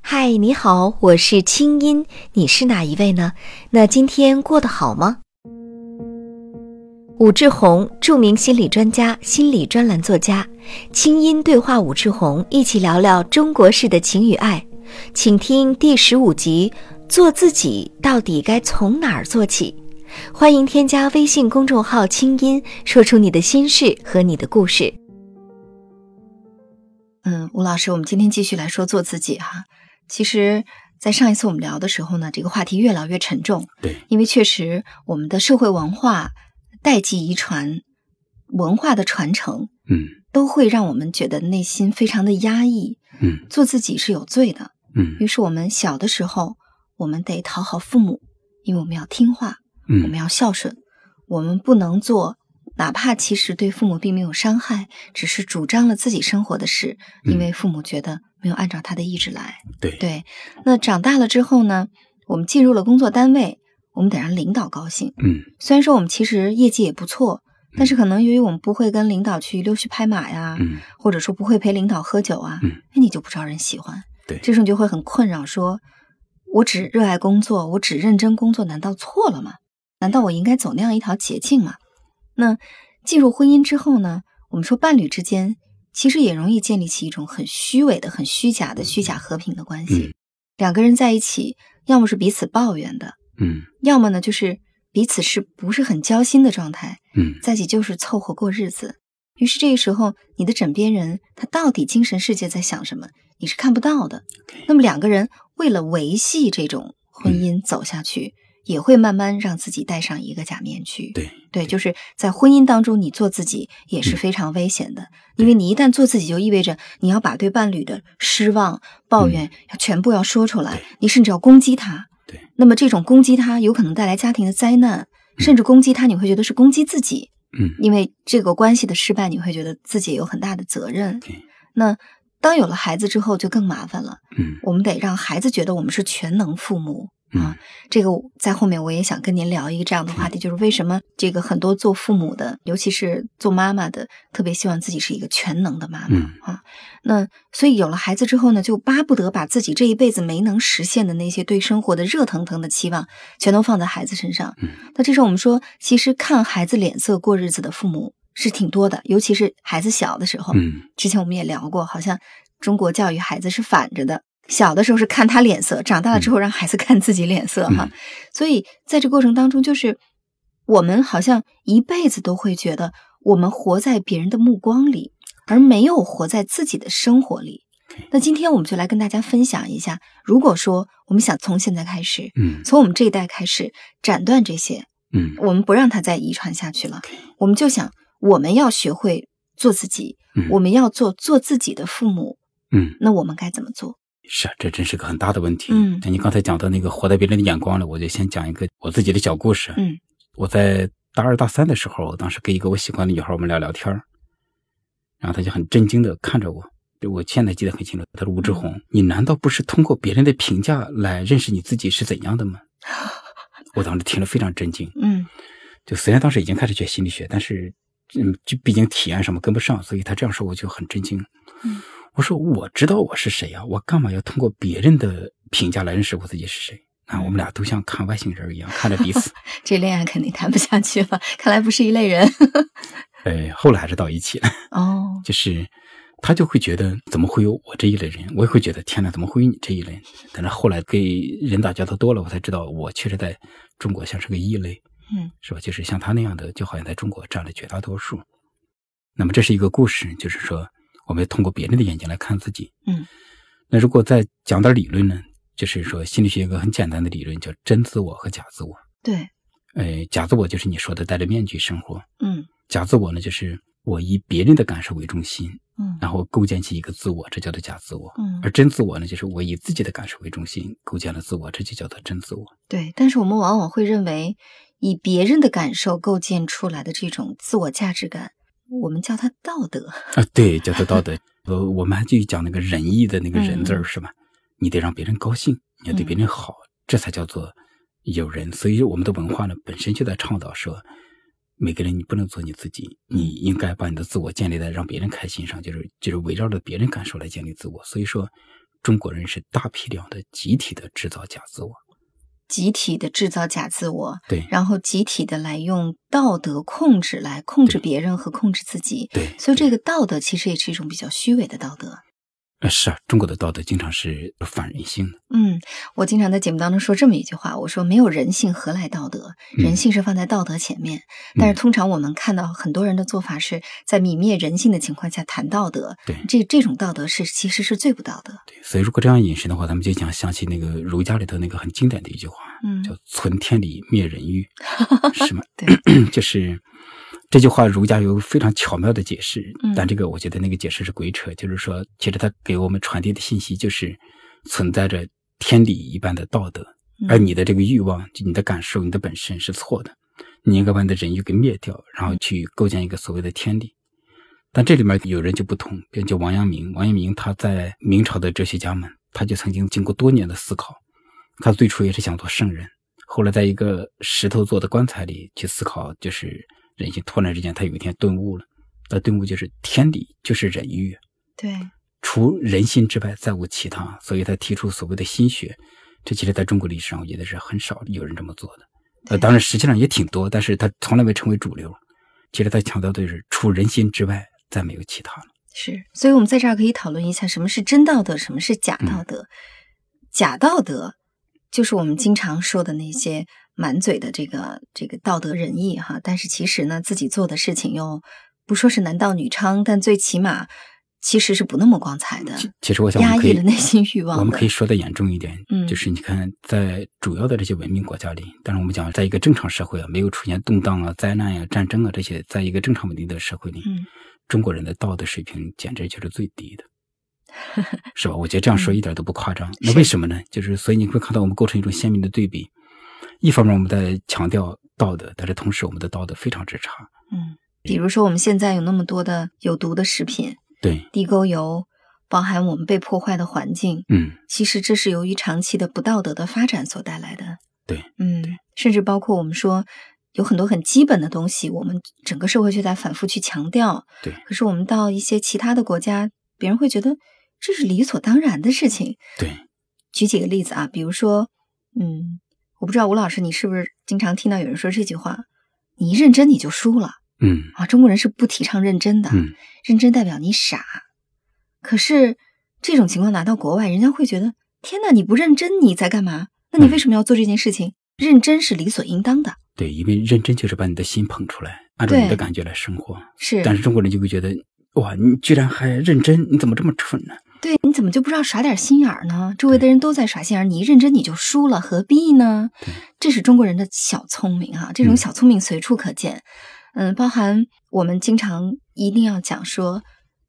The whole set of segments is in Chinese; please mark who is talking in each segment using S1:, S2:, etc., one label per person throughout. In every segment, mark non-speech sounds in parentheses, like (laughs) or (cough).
S1: 嗨，你好，我是清音，你是哪一位呢？那今天过得好吗？武志红，著名心理专家、心理专栏作家，清音对话武志红，一起聊聊中国式的情与爱，请听第十五集《做自己到底该从哪儿做起》。欢迎添加微信公众号“清音”，说出你的心事和你的故事。
S2: 嗯，吴老师，我们今天继续来说做自己哈。其实，在上一次我们聊的时候呢，这个话题越聊越沉重，
S3: 对，
S2: 因为确实我们的社会文化、代际遗传、文化的传承，
S3: 嗯
S2: 都会让我们觉得内心非常的压抑，
S3: 嗯
S2: 做自己是有罪的。于
S3: 嗯
S2: 是我们小的时候，我们得讨好父母，因为我们要听话，我们
S3: 嗯
S2: 要孝顺，我们不能做。哪怕其实对父母并没有伤害，只是主张了自己生活的事，因
S3: 嗯
S2: 为父母觉得没有按照他的意志来。
S3: 对
S2: 对，那长大了之后呢，我们进入了工作单位，我们得让领导高兴。
S3: 嗯
S2: 虽然说我们其实业绩也不错，但是可能由于我们不会跟领导去溜须拍马呀，
S3: 嗯
S2: 或者说不会陪领导喝酒啊，
S3: 嗯
S2: 那你就不招人喜欢。
S3: 对
S2: 这时候你就会很困扰说，我只热爱工作，我只认真工作，难道错了吗？难道我应该走那样一条捷径吗？那进入婚姻之后呢，我们说伴侣之间其实也容易建立起一种很虚伪的、很虚假的虚假和平的关系。
S3: 嗯
S2: 两个人在一起，要么是彼此抱怨的，
S3: 嗯
S2: 要么呢就是彼此是不是很交心的状态，
S3: 嗯
S2: 在一起就是凑合过日子。于是这个时候，你的枕边人他到底精神世界在想什么，你是看不到的。那么两个人为了维系这种婚姻走下去，也会慢慢让自己戴上一个假面具。
S3: 对嗯
S2: 对，就是在婚姻当中，你做自己也是非常危险的，因为你一旦做自己，就意味着你要把对伴侣的失望、抱怨要全部要说出来
S3: 嗯对，
S2: 你甚至要攻击他。
S3: 对，
S2: 那么这种攻击他，有可能带来家庭的灾难，甚至攻击他，你会觉得是攻击自己，
S3: 嗯
S2: 因为这个关系的失败，你会觉得自己有很大的责任
S3: 对。
S2: 那当有了孩子之后，就更麻烦了，
S3: 嗯
S2: 我们得让孩子觉得我们是全能父母。
S3: 嗯
S2: 这个在后面我也想跟您聊一个这样的话题，就是为什么这个很多做父母的，尤其是做妈妈的，特别希望自己是一个全能的妈妈。
S3: 嗯
S2: 那所以有了孩子之后呢，就巴不得把自己这一辈子没能实现的那些对生活的热腾腾的期望，全都放在孩子身上。
S3: 嗯
S2: 那这时候我们说，其实看孩子脸色过日子的父母是挺多的，尤其是孩子小的时候。
S3: 嗯
S2: 之前我们也聊过，好像中国教育孩子是反着的，小的时候是看他脸色，长大了之后让孩子看自己脸色哈。
S3: 嗯
S2: 所以在这过程当中，就是我们好像一辈子都会觉得我们活在别人的目光里，而没有活在自己的生活里。那今天我们就来跟大家分享一下，如果说我们想从现在开始，
S3: 嗯
S2: 从我们这一代开始斩断这些，
S3: 嗯
S2: 我们不让它再遗传下去了，我们就想我们要学会做自己，
S3: 嗯，
S2: 我们要做做自己的父母，
S3: 嗯
S2: 那我们该怎么做？
S3: 是啊这真是个很大的问题。
S2: 嗯
S3: 像你刚才讲到那个活在别人的眼光里，我就先讲一个我自己的小故事。
S2: 嗯，
S3: 我在大二大三的时候，当时跟一个我喜欢的女孩，我们俩聊天儿然后她就很震惊的看着我。对我现在记得很清楚，她说：“
S2: 嗯
S3: 吴志红，你难道不是通过别人的评价来认识你自己是怎样的吗？”
S2: (laughs)
S3: 我当时听了非常震惊。
S2: 嗯
S3: 就虽然当时已经开始学心理学，但是嗯，就毕竟体验什么跟不上，所以他这样说我就很震惊。
S2: 嗯
S3: 我说我知道我是谁呀、我干嘛要通过别人的评价来认识我自己是谁？啊，我们俩都像看外星人一样看着彼此。
S2: 这恋爱肯定谈不下去了， (laughs) 看来不是一类
S3: (laughs)
S2: 人。
S3: 呃，后来还是到一起了，
S2: 哦，
S3: 就是他就会觉得怎么会有我这一类人，我也会觉得天哪，怎么会有你这一类人？但是后来跟人打交道多了，我才知道我确实在中国像是个异类。
S2: 嗯
S3: 是吧？就是像他那样的，就好像在中国占了绝大多数。那么这是一个故事，就是说我们通过别人的眼睛来看自己。
S2: 嗯。
S3: 那如果再讲点理论呢？就是说心理学有个很简单的理论叫真自我和假自我。
S2: 对，
S3: 呃，假自我就是你说的戴着面具生活，
S2: 嗯
S3: 假自我呢就是我以别人的感受为中心，
S2: 嗯
S3: 然后构建起一个自我，这叫做假自我。
S2: 嗯
S3: 啊而，真自我呢，就是我以自己的感受为中心构建了自我，这就叫做真自我。
S2: 对。但是我们往往会认为，以别人的感受构建出来的这种自我价值感，我们叫它道德。 (laughs)
S3: 啊，对，叫做道德。呃，我们还继续讲那个仁义的那个仁字儿、
S2: 嗯
S3: 是吧？你得让别人高兴，你要对别人好，这才叫做有人。所以我们的文化呢，本身就在倡导说，每个人你不能做你自己，你应该把你的自我建立在让别人开心上，就是就是围绕着别人感受来建立自我。所以说，中国人是大批量的集体的制造假自我，
S2: 集体的制造假自我，
S3: 对
S2: 然后集体的来用道德控制来控制
S3: 对
S2: 别人和控制自己。
S3: 对，
S2: 所以这个道德其实也是一种比较虚伪的道德。
S3: 呃是啊，中国的道德经常是反人性的，
S2: 嗯，我经常在节目当中说这么一句话，我说没有人性何来道德？人
S3: 嗯
S2: 性是放在道德前面，但是通常我们看到很多人的做法是在泯灭人性的情况下谈道德，
S3: 对
S2: 这这种道德是其实是最不道德。
S3: 对，所以如果这样引申的话，咱们就想想起那个儒家里头那个很经典的一句话，
S2: 嗯
S3: 叫“存天理，灭人
S2: (laughs)
S3: 欲”，是吗？
S2: 对，
S3: (clears throat) 就是这句话，儒家有非常巧妙的解释
S2: 嗯，
S3: 但这个我觉得那个解释是鬼扯，就是说，其实它给我们传递的信息就是存在着天理一般的道德，
S2: 嗯
S3: 而你的这个欲望、就你的感受、你的本身是错的，你应该把你的人欲给灭掉，然后
S2: 嗯
S3: 去构建一个所谓的天理。但这里面有人就不同，比如就王阳明，王阳明他在明朝的哲学家们，他就曾经经过多年的思考，他最初也是想做圣人，后来在一个石头做的棺材里去思考，就是人性。突然之间，他有一天顿悟了，他顿悟就是天理就是人欲，
S2: 对，
S3: 除人心之外再无其他，所以他提出所谓的心学。这其实在中国历史上，我觉得是很少有人这么做的。呃，
S2: 对
S3: 当然实际上也挺多，但是他从来没成为主流。其实他强调的就是除人心之外再没有其他了。
S2: 是，所以我们在这儿可以讨论一下什么是真道德，什么是假道德。假道德就是我们经常说的那些满嘴的这个这个道德仁义哈，但是其实呢，自己做的事情又不说是男盗女娼，但最起码其实是不那么光彩的，
S3: 其实我想我
S2: 压
S3: 们可
S2: 抑
S3: 以
S2: 了内心欲望的。
S3: 我们可以说的严重一点，
S2: 嗯
S3: 就是你看，在主要的这些文明国家里，当然我们讲，在一个正常社会啊，没有出现动荡啊、灾难呀、战争啊这些，在一个正常稳定的社会里，
S2: 嗯
S3: 中国人的道德水平简直就是最低的，
S2: (laughs)
S3: 是吧？我觉得这样说一点都不夸张。
S2: 嗯
S3: 那
S2: 是
S3: 为什么呢？就是所以你会看到我们构成一种鲜明的对比，一方面我们在强调道德，但是同时我们的道德非常之差。
S2: 嗯，比如说我们现在有那么多的有毒的食品、
S3: 对，
S2: 地沟油，包含我们被破坏的环境，
S3: 嗯，
S2: 其实这是由于长期的不道德的发展所带来的。
S3: 对，
S2: 嗯，甚至包括我们说有很多很基本的东西，我们整个社会就在反复去强调。
S3: 对
S2: 可是我们到一些其他的国家，别人会觉得这是理所当然的事情。
S3: 对，
S2: 举几个例子啊，比如说，嗯，我不知道吴老师你是不是经常听到有人说这句话：“你一认真你就输了
S3: 嗯
S2: 啊！”中国人是不提倡认真的。
S3: 嗯，
S2: 认真代表你傻。可是这种情况拿到国外，人家会觉得：天呐，你不认真，你在干嘛？那
S3: 嗯
S2: 你为什么要做这件事情？认真是理所应当的，
S3: 对，因为认真就是把你的心捧出来，按照你
S2: 对
S3: 的感觉来生活。
S2: 是
S3: 但是中国人就会觉得，哇，你居然还认真，你怎么这么蠢呢？
S2: 对，你怎么就不知道耍点心眼儿呢？周围的人都在耍心眼儿，你一认真你就输了，何必呢？这是中国人的小聪明啊，这种
S3: 嗯
S2: 小聪明随处可见。嗯，包含我们经常一定要讲说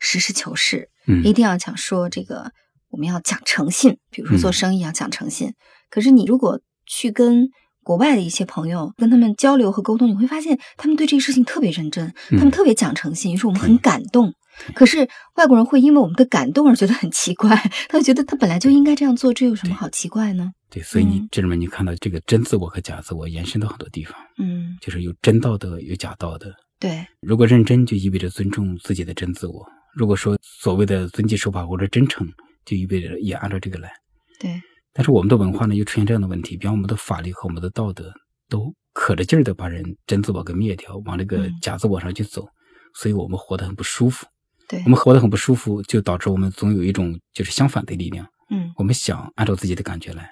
S2: 实事求是，
S3: 嗯
S2: 一定要讲说这个我们要讲诚信，比如说做
S3: 嗯
S2: 生意要讲诚信。可是你如果去跟国外的一些朋友跟他们交流和沟通，你会发现他们对这个事情特别认真，他们
S3: 嗯
S2: 特别讲诚信，于是我们
S3: 对
S2: 很感动。可是外国人会因为我们的感动而觉得很奇怪，他会觉得他本来就应该这样做，这有什么好奇怪呢？
S3: 对，所以你
S2: 嗯
S3: 这里面你看到这个真自我和假自我延伸到很多地方，
S2: 嗯，
S3: 就是有真道德，有假道德。
S2: 对，
S3: 如果认真，就意味着尊重自己的真自我；如果说所谓的遵纪守法或者真诚，就意味着也按照这个来。
S2: 对，
S3: 但是我们的文化呢，又出现这样的问题，比方我们的法律和我们的道德都可着劲儿的把人真自我给灭掉，往这个
S2: 嗯
S3: 假自我上去走，所以我们活得很不舒服。
S2: 对
S3: 我，们活得很不舒服，就导致我们总有一种就是相反的力量。
S2: 嗯，
S3: 我们想按照自己的感觉来，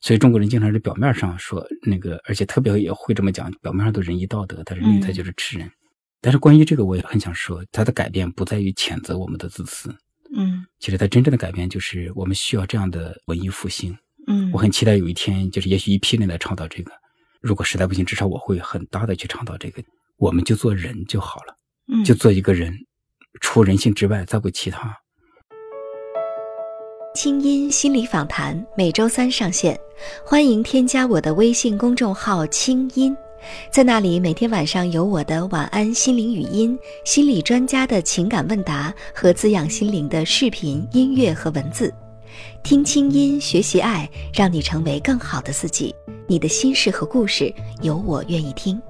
S3: 所以中国人经常是表面上说那个，而且特别也会这么讲，表面上都仁义道德，但是内在
S2: 嗯
S3: 就是吃人。但是关于这个，我也很想说，它的改变不在于谴责我们的自私，
S2: 嗯，
S3: 其实它真正的改变就是我们需要这样的文艺复兴。
S2: 嗯
S3: 我，很期待有一天，就是也许一批人来倡导这个，如果实在不行，至少我会很大的去倡导这个，我们就做人就好了。
S2: 嗯
S3: 就做一个人，除人性之外再无其他。
S1: 清音心理访谈每周三上线，欢迎添加我的微信公众号“清音”，在那里每天晚上有我的晚安心灵语音、心理专家的情感问答和滋养心灵的视频、音乐和文字。听清音，学习爱，让你成为更好的自己。你的心事和故事，有我愿意听。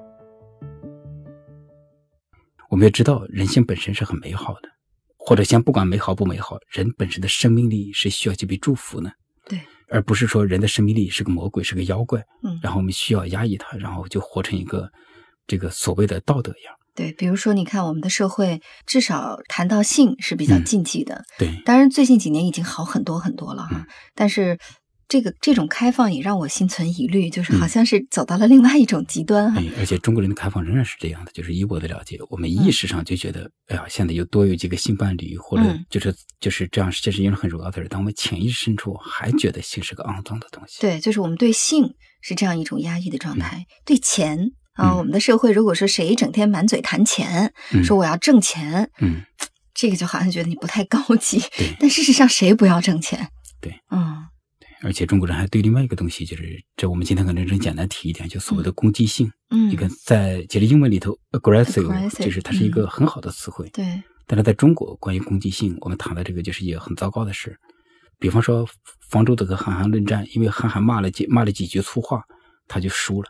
S3: 我们也知道人性本身是很美好的，或者先不管美好不美好，人本身的生命力是需要去被祝福呢。
S2: 对，
S3: 而不是说人的生命力是个魔鬼，是个妖怪，
S2: 嗯，
S3: 然后我们需要压抑它，然后就活成一个这个所谓的道德一样。
S2: 对，比如说你看我们的社会，至少谈到性是比较
S3: 嗯
S2: 禁忌的，
S3: 对，
S2: 当然，最近几年已经好很多很多了哈。
S3: 嗯
S2: 但是，这个这种开放也让我心存疑虑，就是好像是走到了另外一种极端哈。
S3: 嗯哎，而且中国人的开放仍然是这样的，就是以我的了解，
S2: 嗯
S3: 我们意识上就觉得，哎呀，现在又多有几个性伴侣，或者
S2: 嗯
S3: 就是就是这样，这是一种很荣耀的事。但我们潜意识深处还觉得性是个肮脏的东西。
S2: 对，就是我们对性是这样一种压抑的状态，对钱啊，
S3: 嗯
S2: 我们的社会如果说谁整天满嘴谈钱，
S3: 嗯
S2: 说我要挣钱，
S3: 嗯，
S2: 这个就好像觉得你不太高级
S3: 对，
S2: 但事实上谁不要挣钱？
S3: 对，
S2: 嗯，
S3: 而且中国人还对另外一个东西，就是这我们今天可能只简单提一点，就所谓的攻击性。
S2: 嗯
S3: 一个在其实英文里头 aggressive
S2: Aggressive，嗯
S3: 就是它是一个很好的词汇，
S2: 对，
S3: 但是在中国关于攻击性，我们谈的这个就是一个很糟糕的事。比方说方舟子和韩寒论战，因为韩寒骂了几骂了几句粗话，他就输了，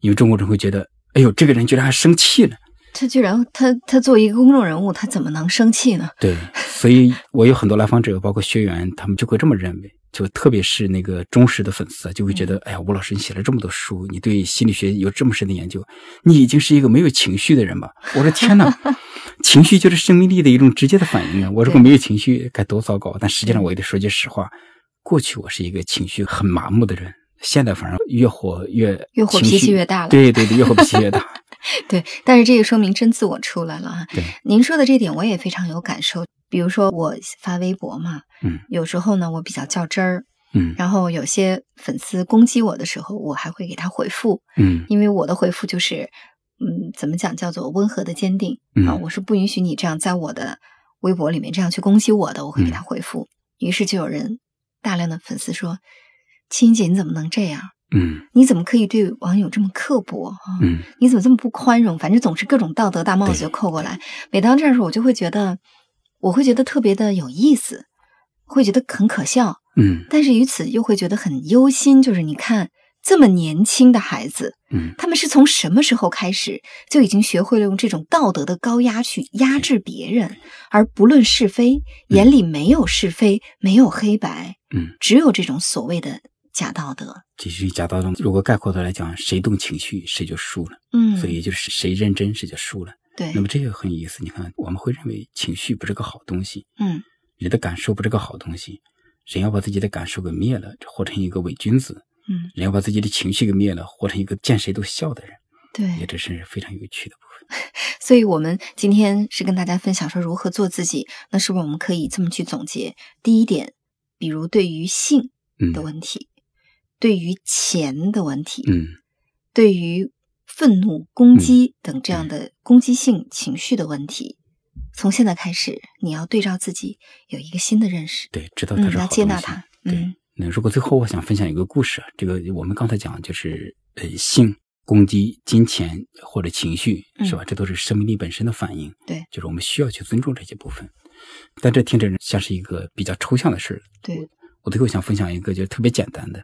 S3: 因为中国人会觉得，哎呦，这个人居然还生气呢。
S2: 他居然他他作为一个公众人物，他怎么能生气呢？
S3: 对，所以我有很多来访者，包括学员，他们就会这么认为，就特别是那个忠实的粉丝啊，就
S2: 嗯
S3: 会觉得，哎呀，吴老师你写了这么多书，你对心理学有这么深的研究，你已经是一个没有情绪的人吧？我说
S2: (laughs)
S3: 天哪，情绪就是生命力的一种直接的反应啊！我如果
S2: 对
S3: 没有情绪该多糟糕！但实际上，我也得说句实话，过去我是一个情绪很麻木的人，现在反而越活越
S2: 越活
S3: 情
S2: 脾
S3: 绪
S2: 气越大了
S3: 对对对，越活脾气
S2: (laughs)
S3: 越大。
S2: 对，但是这个说明真自我出来了啊。
S3: 对，
S2: 您说的这点我也非常有感受。比如说我发微博嘛，
S3: 嗯，
S2: 有时候呢我比较较真儿，
S3: 嗯
S2: 然后有些粉丝攻击我的时候，我还会给他回复，
S3: 嗯
S2: 因为我的回复就是，嗯，怎么讲叫做温和的坚定啊，
S3: 嗯
S2: 我是不允许你这样在我的微博里面这样去攻击我的，我会给
S3: 嗯
S2: 他回复。于是就有人大量的粉丝说：“青姐你怎么能这样？
S3: 嗯
S2: 你怎么可以对网友这么刻薄啊？”
S3: 嗯，
S2: 你怎么这么不宽容？反正总是各种道德大帽子就扣过来。每当这样的时候，我就会觉得，我会觉得特别的有意思，会觉得很可笑，
S3: 嗯
S2: 但是与此又会觉得很忧心。就是你看，这么年轻的孩子，
S3: 嗯，
S2: 他们是从什么时候开始就已经学会了用这种道德的高压去压制别人，而不论是非，眼里没有是非，没有黑白，
S3: 嗯，
S2: 只有这种所谓的假道德。
S3: 这是假道中，如果概括的来讲，谁动情绪谁就输了，
S2: 嗯，哎
S3: 所以也就是谁认真谁就输了。
S2: 对
S3: 那，么这个很有意思，你看，我们会认为情绪不是个好东西，
S2: 嗯，
S3: 人的感受不是个好东西，人要把自己的感受给灭了，活成一个伪君子；
S2: 嗯，哎
S3: 人要把自己的情绪给灭了，活成一个见谁都笑的人，
S2: 对，
S3: 也这是非常有趣的部分。
S2: 所以，我们今天是跟大家分享说如何做自己。那是不是我们可以这么去总结？第一点，比如对于性
S3: 嗯
S2: 的问题，对于钱的问题，
S3: 嗯
S2: 对于愤怒、攻击等这样的攻击性情绪的问题，从现在开始，你要对照自己有一个新的认识，
S3: 对，知道它
S2: 嗯，
S3: 是好
S2: 要
S3: 东西。
S2: 接纳它，嗯
S3: 对，那如果最后我想分享一个故事啊，这个我们刚才讲就是呃性、攻击、金钱或者情绪是吧？这都是生命力本身的反应。
S2: 嗯对
S3: 就是我们需要去尊重这些部分。但这听着像是一个比较抽象的事儿
S2: 对，
S3: 我最后想分享一个就是特别简单的。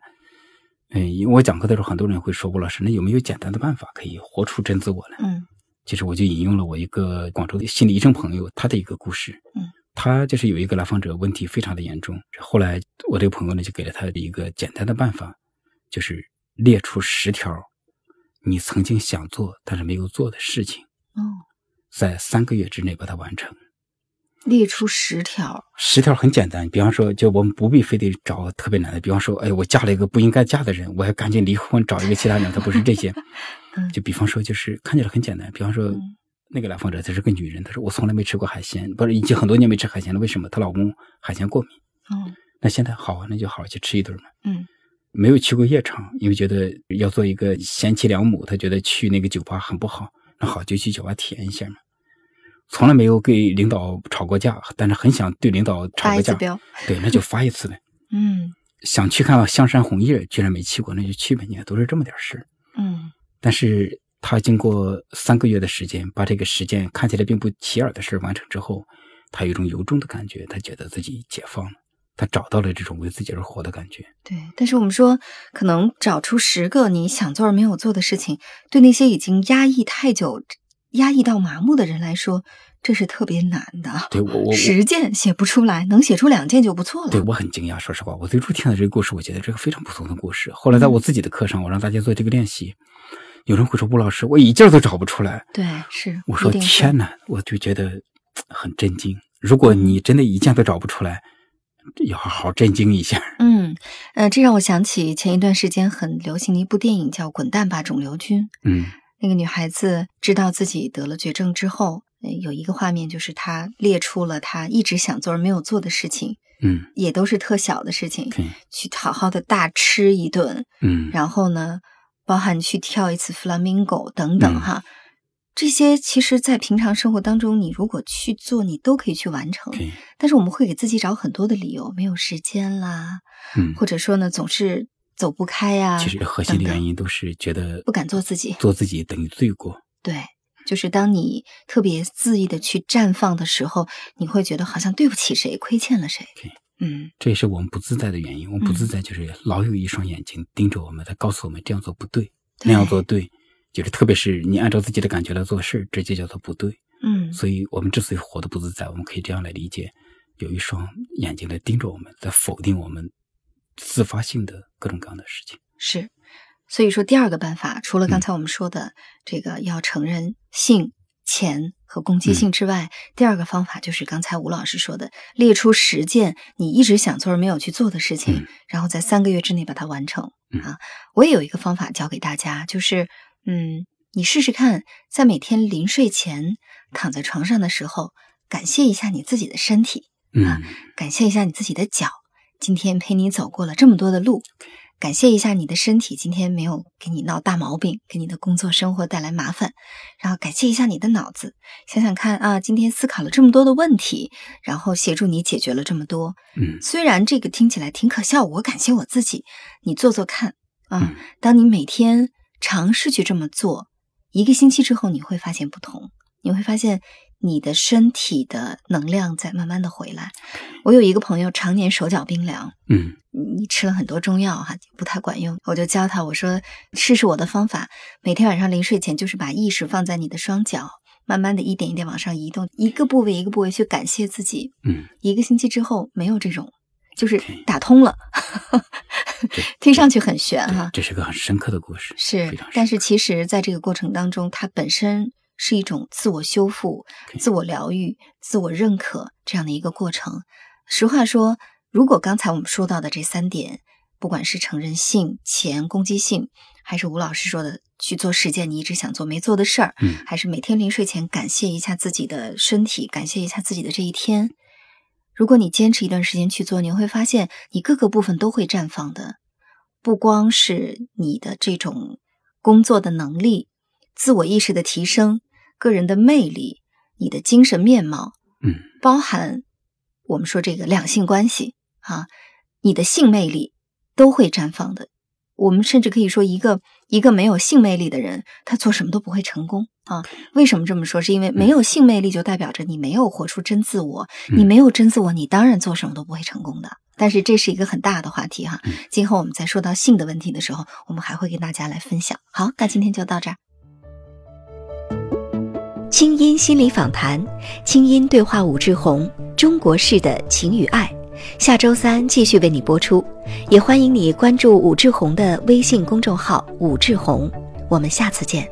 S3: 嗯，因为我讲课的时候，很多人会说吴老师，那有没有简单的办法可以活出真自我来？
S2: 嗯
S3: 其实我就引用了我一个广州的心理医生朋友他的一个故事。
S2: 嗯，
S3: 他就是有一个来访者问题非常的严重，后来我这个朋友呢就给了他一个简单的办法，就是列出十条你曾经想做但是没有做的事情，
S2: 哦，
S3: 在三个月之内把它完成。
S2: 列出十条，
S3: 十条很简单，比方说，就我们不必非得找特别难的。比方说，哎，我嫁了一个不应该嫁的人，我要赶紧离婚，找一个其他人。他不是这些
S2: (laughs) 嗯，
S3: 就比方说，就是看起来很简单。比方说
S2: 嗯，
S3: 那个来访者她是个女人，她说我从来没吃过海鲜，不是已经很多年没吃海鲜了，为什么？她老公海鲜过敏。
S2: 哦，
S3: 那现在好啊，那就好好去吃一顿嘛。
S2: 嗯
S3: 没有去过夜场，因为觉得要做一个贤妻良母，她觉得去那个酒吧很不好。那好，就去酒吧体验一下嘛。从来没有给领导吵过架，但是很想对领导吵
S2: 发
S3: 个
S2: 一次
S3: 架。
S2: 飙，
S3: 对，那就发一次呗。
S2: 嗯
S3: 想去看香山红叶，居然没去过，那就去呗。你看，都是这么点事儿。
S2: 嗯
S3: 但是他经过三个月的时间，把这个十件看起来并不起眼的事儿完成之后，他有一种由衷的感觉，他觉得自己解放了，他找到了这种为自己而活的感觉。
S2: 对，但是我们说，可能找出十个你想做而没有做的事情，对那些已经压抑太久、压抑到麻木的人来说，这是特别难的。
S3: 对我我我
S2: 十件写不出来，能写出两件就不错了。
S3: 对我很惊讶，说实话，我最初听到这个故事，我觉得这个非常普通的故事。后来在我自己的课上，我让大家做这个练习，有人会说：“吴老师，我一件儿都找不出来。”
S2: 对，是。
S3: 我说
S2: 一定会
S3: 天哪，我就觉得很震惊。如果
S2: 嗯
S3: 你真的一件都找不出来，要好好震惊一下。
S2: 嗯，呃，这让我想起前一段时间很流行的一部电影叫《滚蛋吧，肿瘤君》。
S3: 嗯
S2: 那个女孩子知道自己得了绝症之后，呃有一个画面就是她列出了她一直想做而没有做的事情，
S3: 嗯，
S2: 也都是特小的事情，
S3: 对，
S2: 去好好的大吃一顿，
S3: 嗯
S2: 然后呢，包含去跳一次 flamingo 等等
S3: 嗯
S2: 哈。这些其实，在平常生活当中，你如果去做，你都可以去完成。
S3: ，OK，
S2: 但是我们会给自己找很多的理由，没有时间啦，
S3: 嗯，
S2: 或者说呢，总是走不开呀、
S3: 其实核心的
S2: 等等
S3: 原因都是觉得
S2: 不敢做自己
S3: 做自己等于罪过。
S2: 对，就是当你特别恣意的去绽放的时候，你会觉得好像对不起谁，亏欠了谁
S3: OK。
S2: 嗯，
S3: 这也是我们不自在的原因。我们不自在就是老有一双眼睛盯着我们，在告诉我们这样做不对，那样
S2: 对
S3: 做对。就是特别是你按照自己的感觉来做事儿，这就叫做不对。
S2: 嗯，
S3: 所以我们之所以活得不自在，我们可以这样来理解：有一双眼睛在盯着我们，在否定我们自发性的各种各样的事情。
S2: 是。所以说，第二个办法，除了刚
S3: 嗯
S2: 才我们说的、这个要承认性、钱和攻
S3: 嗯
S2: 击性之外，第二个方法就是刚才吴老师说的，列出十件你一直想做而没有去做的事情，
S3: 嗯
S2: 然后在三个月之内把它完成。
S3: 嗯
S2: 啊，我也有一个方法教给大家，就是嗯，你试试看，在每天临睡前躺在床上的时候，感谢一下你自己的身体。
S3: 嗯
S2: 感谢一下你自己的脚，今天陪你走过了这么多的路；感谢一下你的身体，今天没有给你闹大毛病，给你的工作生活带来麻烦；然后感谢一下你的脑子，想想看啊，今天思考了这么多的问题，然后协助你解决了这么多。
S3: 嗯
S2: 虽然这个听起来挺可笑，我感谢我自己，你做做看啊
S3: 嗯。
S2: 当你每天尝试去这么做，一个星期之后，你会发现不同，你会发现你的身体的能量在慢慢的回来。我有一个朋友常年手脚冰凉，
S3: 嗯
S2: 你吃了很多中药哈、不太管用，我就教他，我说试试我的方法，每天晚上临睡前就是把意识放在你的双脚，慢慢的一点一点往上移动，一个部位一个部位去感谢自己。
S3: 嗯，
S2: 一个星期之后没有这种，就是
S3: 对
S2: 打通了，
S3: 这
S2: (laughs) 听上去很玄哈、
S3: 对这是个很深刻的故事，非
S2: 是
S3: 常，深
S2: 但是其实在这个过程当中，它本身是一种自我修复、
S3: OK
S2: 自我疗愈、自我认可这样的一个过程。实话说，如果刚才我们说到的这三点，不管是承认性、前攻击性，还是吴老师说的去做十件你一直想做没做的事儿，
S3: 嗯
S2: 还是每天临睡前感谢一下自己的身体，感谢一下自己的这一天。如果你坚持一段时间去做，你会发现你各个部分都会绽放的，不光是你的这种工作的能力、自我意识的提升、个人的魅力、你的精神面貌，
S3: 嗯，
S2: 包含我们说这个两性关系啊，你的性魅力都会绽放的。我们甚至可以说，一个一个没有性魅力的人，他做什么都不会成功啊。为什么这么说？是因为没有性魅力，就代表着你没有活出真自我。
S3: 嗯
S2: 你没有真自我，你当然做什么都不会成功的。但是这是一个很大的话题哈
S3: 嗯，
S2: 今后我们在说到性的问题的时候，我们还会跟大家来分享。好，那今天就到这儿。
S1: 清音心理访谈，清音对话武志红，中国式的情与爱，下周三继续为你播出。也欢迎你关注武志红的微信公众号“武志红”，我们下次见。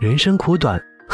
S4: 人生苦短，